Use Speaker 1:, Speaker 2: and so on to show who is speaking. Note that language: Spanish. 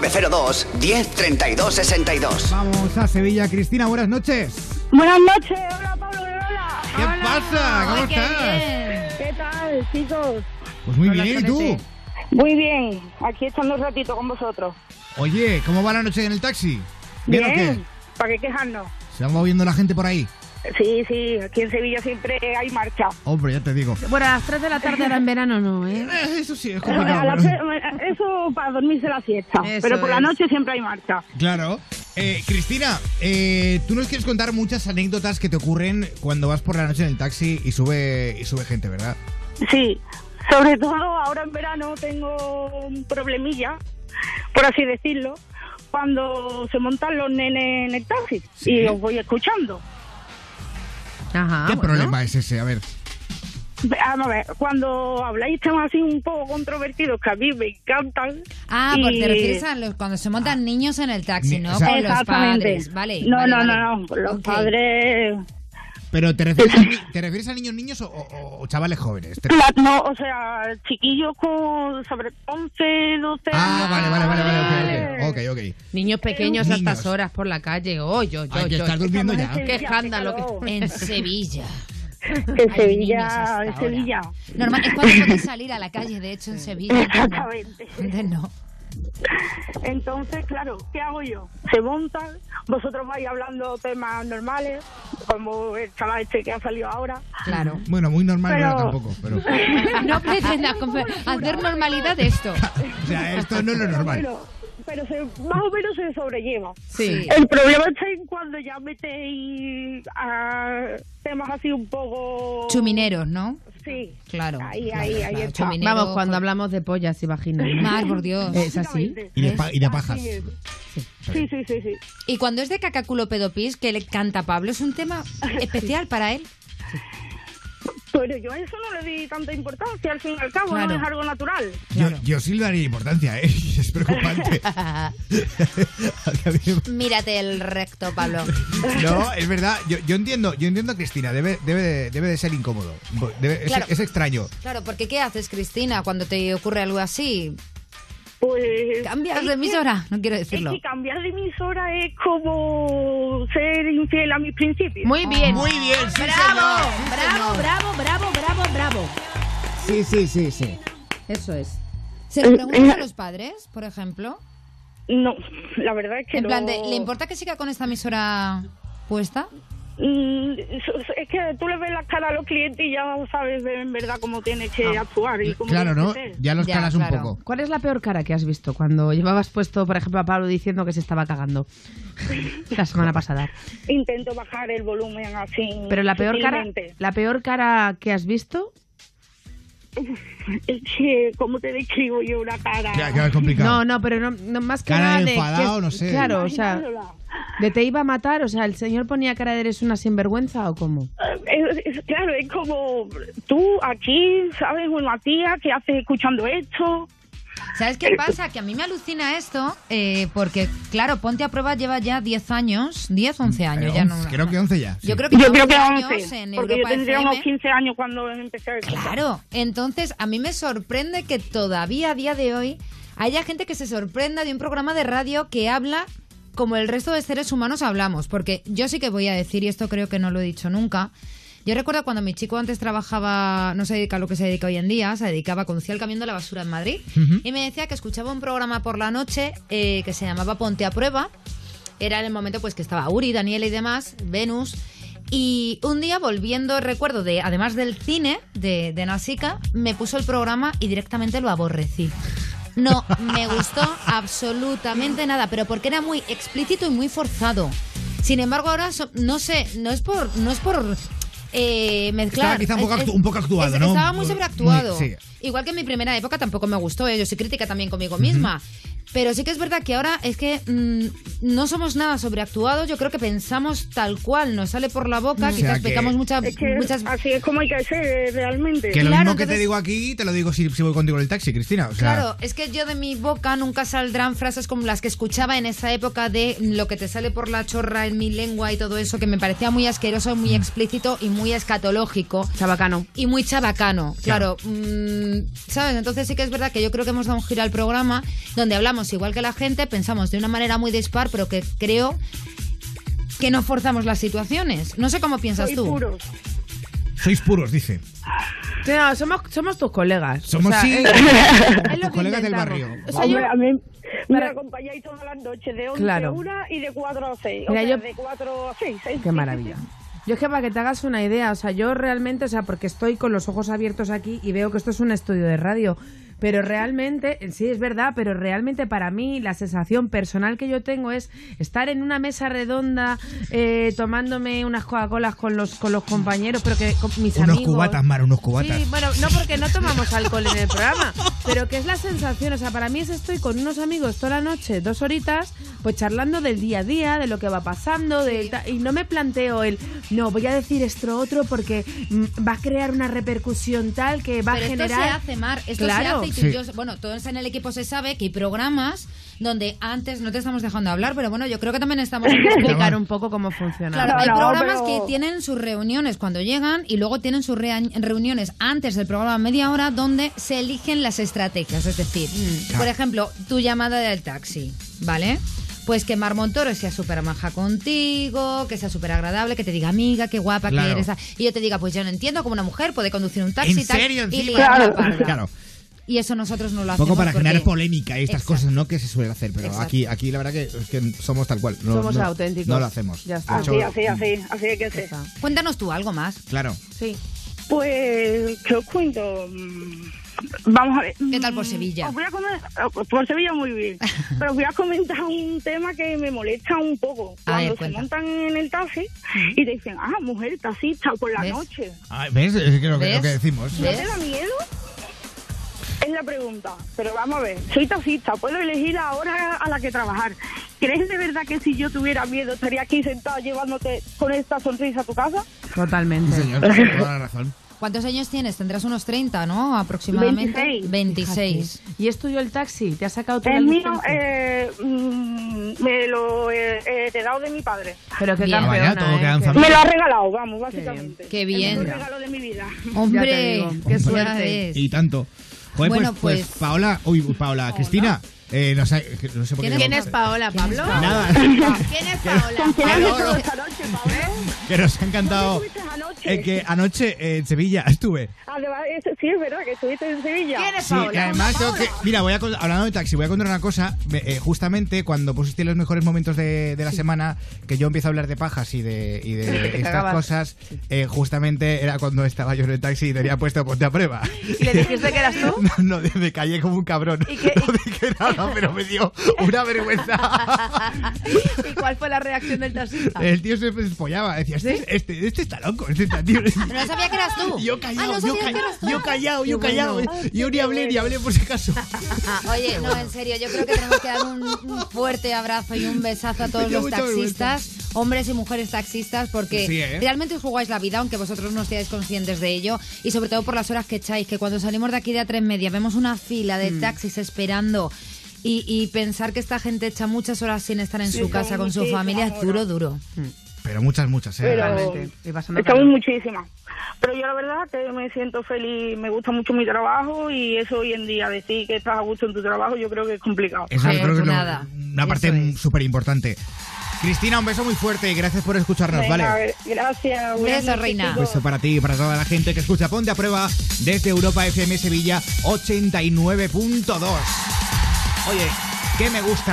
Speaker 1: 902 103262
Speaker 2: Vamos a Sevilla. Cristina, buenas noches.
Speaker 3: Buenas noches, hola Pablo, hola.
Speaker 2: ¿Qué pasa? ¿Cómo estás?
Speaker 3: ¿Qué tal, chicos?
Speaker 2: Pues muy bien, ¿y tú?
Speaker 3: Muy bien, aquí estando un ratito con vosotros.
Speaker 2: Oye, ¿cómo va la noche en el taxi? ¿Bien, o qué?
Speaker 3: ¿para qué quejarnos?
Speaker 2: ¿Se va moviendo la gente por ahí?
Speaker 3: Sí, sí, aquí en Sevilla siempre hay marcha.
Speaker 2: Hombre, ya te digo.
Speaker 4: Bueno, a las 3 de la tarde ahora en verano no, ¿eh?
Speaker 2: Eh, Eso sí, es
Speaker 3: A
Speaker 2: complicado.
Speaker 3: las
Speaker 2: pero-
Speaker 3: tres- Eso para dormirse la siesta,
Speaker 4: Eso
Speaker 3: pero por la
Speaker 4: es.
Speaker 3: noche siempre hay marcha.
Speaker 2: Claro. Eh, Cristina, eh, tú nos quieres contar muchas anécdotas que te ocurren cuando vas por la noche en el taxi y sube, y sube gente, ¿verdad?
Speaker 3: Sí, sobre todo ahora en verano tengo un problemilla, por así decirlo, cuando se montan los nenes en el taxi
Speaker 2: Sí.
Speaker 3: y os voy escuchando.
Speaker 4: Ajá.
Speaker 2: ¿Qué
Speaker 4: bueno.
Speaker 2: problema es ese? A ver.
Speaker 3: Vamos a ver, cuando habláis temas así un poco controvertidos que a mí me encantan.
Speaker 5: Ah, porque
Speaker 3: y-
Speaker 5: te refieres a los, cuando se
Speaker 4: Ah.
Speaker 5: montan niños en el taxi,
Speaker 2: Ni-
Speaker 5: ¿no?
Speaker 2: o sea-
Speaker 5: Con los
Speaker 3: Exactamente.
Speaker 5: padres, ¿vale?
Speaker 3: No,
Speaker 5: vale,
Speaker 3: no,
Speaker 5: vale.
Speaker 3: no, no, los
Speaker 5: Ok.
Speaker 3: padres.
Speaker 2: ¿Pero te refieres a, ni- te refieres a niños niños o, o- o chavales jóvenes? Te-
Speaker 3: La- no, o sea, chiquillos con sobre 11, 12
Speaker 2: Ah,
Speaker 3: años.
Speaker 2: vale, vale, vale, vale, ok, ok, ok. ok.
Speaker 4: Niños pequeños a
Speaker 2: Niños.
Speaker 4: estas horas por la calle. Oh, yo, yo,
Speaker 2: Hay que
Speaker 4: yo.
Speaker 2: estar durmiendo
Speaker 3: Estamos
Speaker 2: ya.
Speaker 3: en Sevilla,
Speaker 4: Qué escándalo.
Speaker 3: calor.
Speaker 5: En Sevilla.
Speaker 3: En
Speaker 5: Hay niños hasta
Speaker 3: Sevilla, en
Speaker 5: ahora.
Speaker 3: Sevilla.
Speaker 5: Normal, es cuando puedes salir a la calle, de hecho, en Sevilla.
Speaker 3: Exactamente.
Speaker 5: Antes no.
Speaker 3: Entonces, claro, ¿qué hago yo? Se montan, vosotros vais hablando temas normales, como el chaval este que ha salido ahora.
Speaker 5: Claro.
Speaker 2: Bueno, muy normal
Speaker 3: Pero-
Speaker 2: no era tampoco, pero...
Speaker 5: No pretendas confe- hacer normalidad de esto.
Speaker 2: O sea, esto no es lo normal.
Speaker 3: Pero, pero se, más o menos se sobrelleva.
Speaker 4: Sí.
Speaker 3: El problema está en cuando ya metéis a temas así un poco...
Speaker 5: Chumineros, ¿no?
Speaker 3: Sí.
Speaker 5: Claro.
Speaker 3: Ahí,
Speaker 5: claro,
Speaker 3: ahí, ahí
Speaker 5: claro,
Speaker 3: está.
Speaker 5: chuminero,
Speaker 4: Vamos, cuando
Speaker 5: por-
Speaker 4: hablamos de pollas y vaginas. ¿no?
Speaker 5: Mar, por Dios.
Speaker 4: ¿Es así?
Speaker 3: Exactamente.
Speaker 2: Y de, pa- y de pajas.
Speaker 3: Así es. Sí, sí, sí, sí.
Speaker 5: Y cuando es de Cacaculo Pedopis, que le canta Pablo, es un tema especial para él.
Speaker 3: Pero yo a eso no le di tanta importancia, al fin y al cabo, no
Speaker 5: Claro.
Speaker 3: es algo natural.
Speaker 2: Yo, yo sí le daría importancia, ¿eh? Es preocupante. Aunque a mí me-
Speaker 5: Mírate el recto, Pablo.
Speaker 2: No, es verdad. Yo, yo entiendo, yo entiendo a Cristina. Debe, debe, de- debe de ser incómodo. Debe- es,
Speaker 5: Claro.
Speaker 2: es extraño.
Speaker 5: Claro, porque ¿qué haces, Cristina, cuando te ocurre algo así?
Speaker 3: Pues...
Speaker 5: ¿Cambias
Speaker 3: es
Speaker 5: de
Speaker 3: que-
Speaker 5: emisora? No quiero
Speaker 3: Es
Speaker 5: decirlo.
Speaker 3: que cambiar de emisora es como ser infiel a mis principios.
Speaker 4: Muy bien.
Speaker 2: Muy bien, sí,
Speaker 4: bravo,
Speaker 2: señor, sí,
Speaker 4: bravo, bravo, bravo, bravo, bravo.
Speaker 6: Sí, sí, sí, sí.
Speaker 4: Eso es.
Speaker 5: ¿Se lo preguntas a los padres, por ejemplo?
Speaker 3: No, la verdad es que
Speaker 5: En
Speaker 3: no.
Speaker 5: plan, de, ¿le importa que siga con esta emisora puesta?
Speaker 3: Mm, Es que tú le ves la cara a los clientes y ya sabes en verdad cómo tienes que actuar y cómo
Speaker 2: Ah, Claro, ¿no?
Speaker 3: tienes que ser.
Speaker 2: Ya los
Speaker 5: Ya,
Speaker 2: calas un
Speaker 5: claro.
Speaker 2: poco.
Speaker 4: ¿Cuál es la peor cara que has visto cuando llevabas puesto, por ejemplo, a Pablo diciendo que se estaba cagando la semana pasada?
Speaker 3: Intento bajar el volumen así.
Speaker 4: Pero la peor cara,
Speaker 3: sutilmente.
Speaker 4: la peor cara que has visto,
Speaker 3: Es que, ¿cómo te describo yo una cara?
Speaker 2: Ya, claro, es complicado.
Speaker 4: no, no, pero no, no, más que
Speaker 2: Cara de
Speaker 4: nada que
Speaker 2: enfadado,
Speaker 4: es-
Speaker 2: no sé.
Speaker 4: Claro, o sea,
Speaker 3: Imaginándola.
Speaker 4: de te iba a matar, o sea, el señor ponía cara de eres una sinvergüenza o cómo.
Speaker 3: Es- es- claro, es como tú aquí, ¿sabes? Una tía que hace escuchando esto.
Speaker 5: ¿Sabes qué pasa? Que a mí me alucina esto, eh, porque, claro, Ponte a Prueba lleva ya 10 años, 10, 11 años.
Speaker 2: Eh,
Speaker 5: ya
Speaker 2: once,
Speaker 5: no-
Speaker 2: creo que 11 ya. sí.
Speaker 5: Yo creo que
Speaker 3: Yo creo que 11,
Speaker 5: 11 años en
Speaker 3: porque yo
Speaker 5: Europa
Speaker 3: tendría
Speaker 5: FM.
Speaker 3: unos 15 años cuando empecé a escuchar.
Speaker 5: Claro, entonces a mí me sorprende que todavía a día de hoy haya gente que se sorprenda de un programa de radio que habla como el resto de seres humanos hablamos, porque yo sí que voy a decir, y esto creo que no lo he dicho nunca, yo recuerdo cuando mi chico antes trabajaba, no se dedica a lo que se dedica hoy en día, se dedicaba a conducir el camión de la basura en Madrid, y me decía que escuchaba un programa por la noche eh, que se llamaba Ponte a Prueba, era en el momento pues que estaba Uri, Daniela y demás, Venus. Y un día volviendo, recuerdo, de además del cine de, de Nasica, me puso el programa y directamente lo aborrecí. No, me gustó absolutamente nada, pero porque era muy explícito y muy forzado. Sin embargo, ahora so- no sé, no es por, no es por eh,
Speaker 2: Estaba
Speaker 5: mezclar.
Speaker 2: quizá un poco
Speaker 5: Es-
Speaker 2: actu-
Speaker 5: es-
Speaker 2: un poco actuado,
Speaker 5: es-
Speaker 2: ¿no?
Speaker 5: Estaba muy
Speaker 2: Muy-
Speaker 5: sobreactuado.
Speaker 2: muy- sí.
Speaker 5: Igual que en mi primera época tampoco me gustó, ¿eh? yo soy crítica también conmigo misma. Pero sí que es verdad que ahora es que mm, no somos nada sobreactuados, yo creo que pensamos tal cual, nos sale por la boca,
Speaker 2: Mm. sea,
Speaker 5: quizás
Speaker 2: que-
Speaker 5: pecamos muchas,
Speaker 3: Es que
Speaker 5: muchas...
Speaker 3: así es como hay que ser eh, realmente.
Speaker 2: Que lo
Speaker 5: Claro,
Speaker 2: mismo que te
Speaker 5: entonces-
Speaker 2: digo aquí, te lo digo si, si voy contigo en el taxi, Cristina. O sea,
Speaker 5: Claro, es que yo de mi boca nunca saldrán frases como las que escuchaba en esa época de lo que te sale por la chorra en mi lengua y todo eso, que me parecía muy asqueroso, muy explícito y muy escatológico.
Speaker 4: Chabacano.
Speaker 5: y muy chabacano, claro. Mm, ¿Sabes? Entonces sí que es verdad que yo creo que hemos dado un giro al programa donde hablamos hablamos igual que la gente, pensamos de una manera muy dispar, pero que creo que no forzamos las situaciones. No sé cómo piensas
Speaker 3: Soy
Speaker 5: tú.
Speaker 3: puros.
Speaker 2: Sois puros, dice.
Speaker 4: Sí, no, somos, somos tus colegas.
Speaker 2: Somos
Speaker 4: O sea,
Speaker 2: sí,
Speaker 4: es- es
Speaker 2: tus
Speaker 4: lo que
Speaker 2: colegas del
Speaker 4: intentamos.
Speaker 2: barrio.
Speaker 4: O sea, yo-
Speaker 3: Hombre, a mí me
Speaker 4: Para-
Speaker 3: acompañáis todas las noches, de 11
Speaker 4: Claro.
Speaker 3: a 1 y de 4 a 6.
Speaker 4: Mira,
Speaker 3: o sea,
Speaker 4: yo-
Speaker 3: de 4 a 6.
Speaker 4: Qué maravilla. Yo es que para que te hagas una idea, o sea, yo realmente, o sea, porque estoy con los ojos abiertos aquí y veo que esto es un estudio de radio, pero realmente, eh, sí es verdad, pero realmente para mí la sensación personal que yo tengo es estar en una mesa redonda eh, tomándome unas Coca-Colas con los, con los compañeros, pero que con mis
Speaker 2: unos
Speaker 4: amigos.
Speaker 2: cubatas, Mar, unos cubatas.
Speaker 4: Sí, bueno, no porque no tomamos alcohol en el programa, pero que es la sensación, o sea, para mí es estoy con unos amigos toda la noche, dos horitas, pues charlando del día a día, de lo que va pasando, de, ta- y no me planteo el, no, voy a decir esto otro porque mm, va a crear una repercusión tal que va
Speaker 5: Pero
Speaker 4: a
Speaker 5: esto
Speaker 4: generar...
Speaker 5: se hace, Mar. Esto
Speaker 4: Claro.
Speaker 5: se hace y tú-
Speaker 2: Sí.
Speaker 5: yo- bueno, todos en el equipo se sabe que hay programas donde antes no te estamos dejando hablar, pero bueno, yo creo que también estamos
Speaker 4: Explicar un poco cómo funciona.
Speaker 5: Claro,
Speaker 3: No,
Speaker 5: hay
Speaker 3: no,
Speaker 5: programas
Speaker 3: pero-
Speaker 5: que tienen sus reuniones cuando llegan y luego tienen sus rea- reuniones antes del programa media hora donde se eligen las estrategias. Es decir,
Speaker 3: Mm.
Speaker 5: por ejemplo, tu llamada del taxi, ¿vale? Pues que Mar Montoro sea súper maja contigo, que sea súper agradable, que te diga amiga, qué guapa
Speaker 2: Claro.
Speaker 5: que eres. Y yo te diga, pues yo no entiendo cómo una mujer puede conducir un taxi
Speaker 2: ¿En
Speaker 5: tal,
Speaker 2: serio?
Speaker 5: y
Speaker 2: Encima.
Speaker 5: liar la
Speaker 3: Claro.
Speaker 5: parda.
Speaker 2: Claro.
Speaker 5: Y eso nosotros no lo
Speaker 2: Un
Speaker 5: hacemos.
Speaker 2: poco para
Speaker 5: porque-
Speaker 2: generar polémica y estas
Speaker 5: Exacto.
Speaker 2: cosas, ¿no? Que se suele hacer, pero
Speaker 5: Exacto.
Speaker 2: aquí, aquí la verdad que, es que somos tal cual. No,
Speaker 4: Somos
Speaker 2: no-
Speaker 4: auténticos.
Speaker 2: No lo hacemos.
Speaker 4: Ya está.
Speaker 2: De
Speaker 3: Así,
Speaker 2: hecho,
Speaker 3: así, así, así hay que ser.
Speaker 5: Cuéntanos tú algo más.
Speaker 2: Claro.
Speaker 4: Sí.
Speaker 3: Pues, ¿qué os cuento? Mm, Vamos a ver.
Speaker 5: ¿Qué tal por
Speaker 3: Mm,
Speaker 5: Sevilla?
Speaker 3: os voy a comer- por Sevilla muy bien. pero os voy a comentar un tema que me molesta un poco.
Speaker 5: A
Speaker 3: Cuando
Speaker 5: ver,
Speaker 3: se
Speaker 5: cuenta.
Speaker 3: montan en el taxi y te dicen, ah, mujer taxista por la
Speaker 5: ¿Ves?
Speaker 3: noche.
Speaker 2: Ah, ¿Ves? Es que lo, que- lo
Speaker 5: ¿Ves?
Speaker 2: que decimos.
Speaker 3: ¿No te da miedo? Es la pregunta. Pero vamos a ver, soy taxista, puedo elegir la hora a la que trabajar. ¿Crees de verdad que si yo tuviera miedo estaría aquí sentada llevándote con esta sonrisa a tu casa?
Speaker 2: Sí,
Speaker 4: Totalmente.
Speaker 2: señor, tiene toda la razón.
Speaker 5: ¿Cuántos años tienes? Tendrás unos 30, ¿no? Aproximadamente.
Speaker 3: 26.
Speaker 5: 26.
Speaker 4: ¿Y es tuyo el taxi? ¿Te has sacado tú la
Speaker 3: El mío
Speaker 4: licencia?
Speaker 3: eh, mm, me lo he he heredado de mi padre.
Speaker 4: Pero qué
Speaker 5: Bien.
Speaker 4: campeona,
Speaker 2: Ah, vaya, todo
Speaker 4: ¿eh?
Speaker 2: queda en
Speaker 4: Qué-
Speaker 2: familia.
Speaker 3: Me lo ha regalado, vamos, básicamente.
Speaker 5: Qué bien.
Speaker 3: Es el regalo de mi vida.
Speaker 5: Hombre,
Speaker 4: Ya te digo, qué
Speaker 5: ya
Speaker 4: suerte.
Speaker 5: ves.
Speaker 2: Y tanto. Joder,
Speaker 5: Bueno,
Speaker 2: pues, pues,
Speaker 5: pues-
Speaker 2: Paola, uy, Paola, Cristina, eh, no sé, es que no sé por qué.
Speaker 4: ¿Quién
Speaker 2: no-
Speaker 4: es Paola, Pablo?
Speaker 2: Nada,
Speaker 4: ¿Quién es Paola?
Speaker 3: ¿Con quién has
Speaker 2: Pablo.
Speaker 3: estado esta noche,
Speaker 5: ¿Eh?
Speaker 3: Pablo?
Speaker 2: que nos ha encantado.
Speaker 3: ¿Dónde estuviste anoche?
Speaker 2: Eh, que anoche eh, en Sevilla estuve.
Speaker 3: Además, es- sí, es verdad que estuviste en Sevilla.
Speaker 4: ¿Quién es
Speaker 2: Sí,
Speaker 4: Paola?
Speaker 2: y además tengo que. Mira, voy a, con- hablando de taxi, voy a contar una cosa. Me- eh, justamente cuando pusiste los mejores momentos de, de la semana, que yo empiezo a hablar de pajas y de, y de
Speaker 4: te
Speaker 2: estas
Speaker 4: cagabas.
Speaker 2: cosas, eh, justamente era cuando estaba yo en el taxi y tenía puesto ponte a prueba.
Speaker 4: ¿Y le dijiste que eras tú?
Speaker 2: No, no, de- me callé como un cabrón.
Speaker 4: ¿Y qué-
Speaker 2: No dije nada, pero me dio una vergüenza.
Speaker 4: ¿Y cuál fue la reacción del taxista?
Speaker 2: El tío se despollaba. Decía, este, este, este está loco, este está tío.
Speaker 5: Pero no sabía que eras tú.
Speaker 2: Yo
Speaker 5: Ah,
Speaker 2: callado,
Speaker 5: no
Speaker 2: yo
Speaker 5: sabía que eras
Speaker 2: callado,
Speaker 5: tú.
Speaker 2: yo callado, yo
Speaker 4: Qué
Speaker 2: callado.
Speaker 4: bueno.
Speaker 2: Yo ni hablé, ni hablé por si acaso.
Speaker 5: Ah, Oye, no, en serio, yo creo que tenemos que dar un, un fuerte abrazo y un besazo a todos
Speaker 2: Me dio
Speaker 5: los
Speaker 2: mucha
Speaker 5: taxistas, hombres y mujeres taxistas, porque
Speaker 2: Sí, ¿eh?
Speaker 5: realmente os jugáis la vida, aunque vosotros no seáis conscientes de ello, y sobre todo por las horas que echáis, que cuando salimos de aquí de a tres media vemos una fila
Speaker 2: Mm.
Speaker 5: de taxis esperando. Y, y pensar que esta gente echa muchas horas sin estar en
Speaker 3: Sí,
Speaker 5: su
Speaker 3: son
Speaker 5: casa con su
Speaker 3: muchísimas
Speaker 5: familia es duro,
Speaker 3: horas.
Speaker 5: duro.
Speaker 2: Pero muchas, muchas, ¿eh?
Speaker 3: Pero-
Speaker 4: Totalmente. Y pasando
Speaker 3: Estamos
Speaker 4: calor.
Speaker 3: muchísimas. Pero yo la verdad que me siento feliz, me gusta mucho mi trabajo y eso hoy en día, decir que estás a gusto en tu trabajo, yo creo que es complicado.
Speaker 2: Eso yo creo que es lo-
Speaker 5: Afortunada.
Speaker 2: una
Speaker 5: Eso
Speaker 2: parte
Speaker 5: es.
Speaker 2: súper importante. Cristina, un beso muy fuerte y gracias por escucharnos,
Speaker 3: Venga,
Speaker 2: ¿vale?
Speaker 3: Gracias.
Speaker 5: Beso,
Speaker 3: buenas noches,
Speaker 5: reina.
Speaker 3: chicos.
Speaker 2: Beso para ti y para toda la gente que escucha Ponte a Prueba desde Europa FM Sevilla 89.2. Oye, ¿qué me gusta a mí?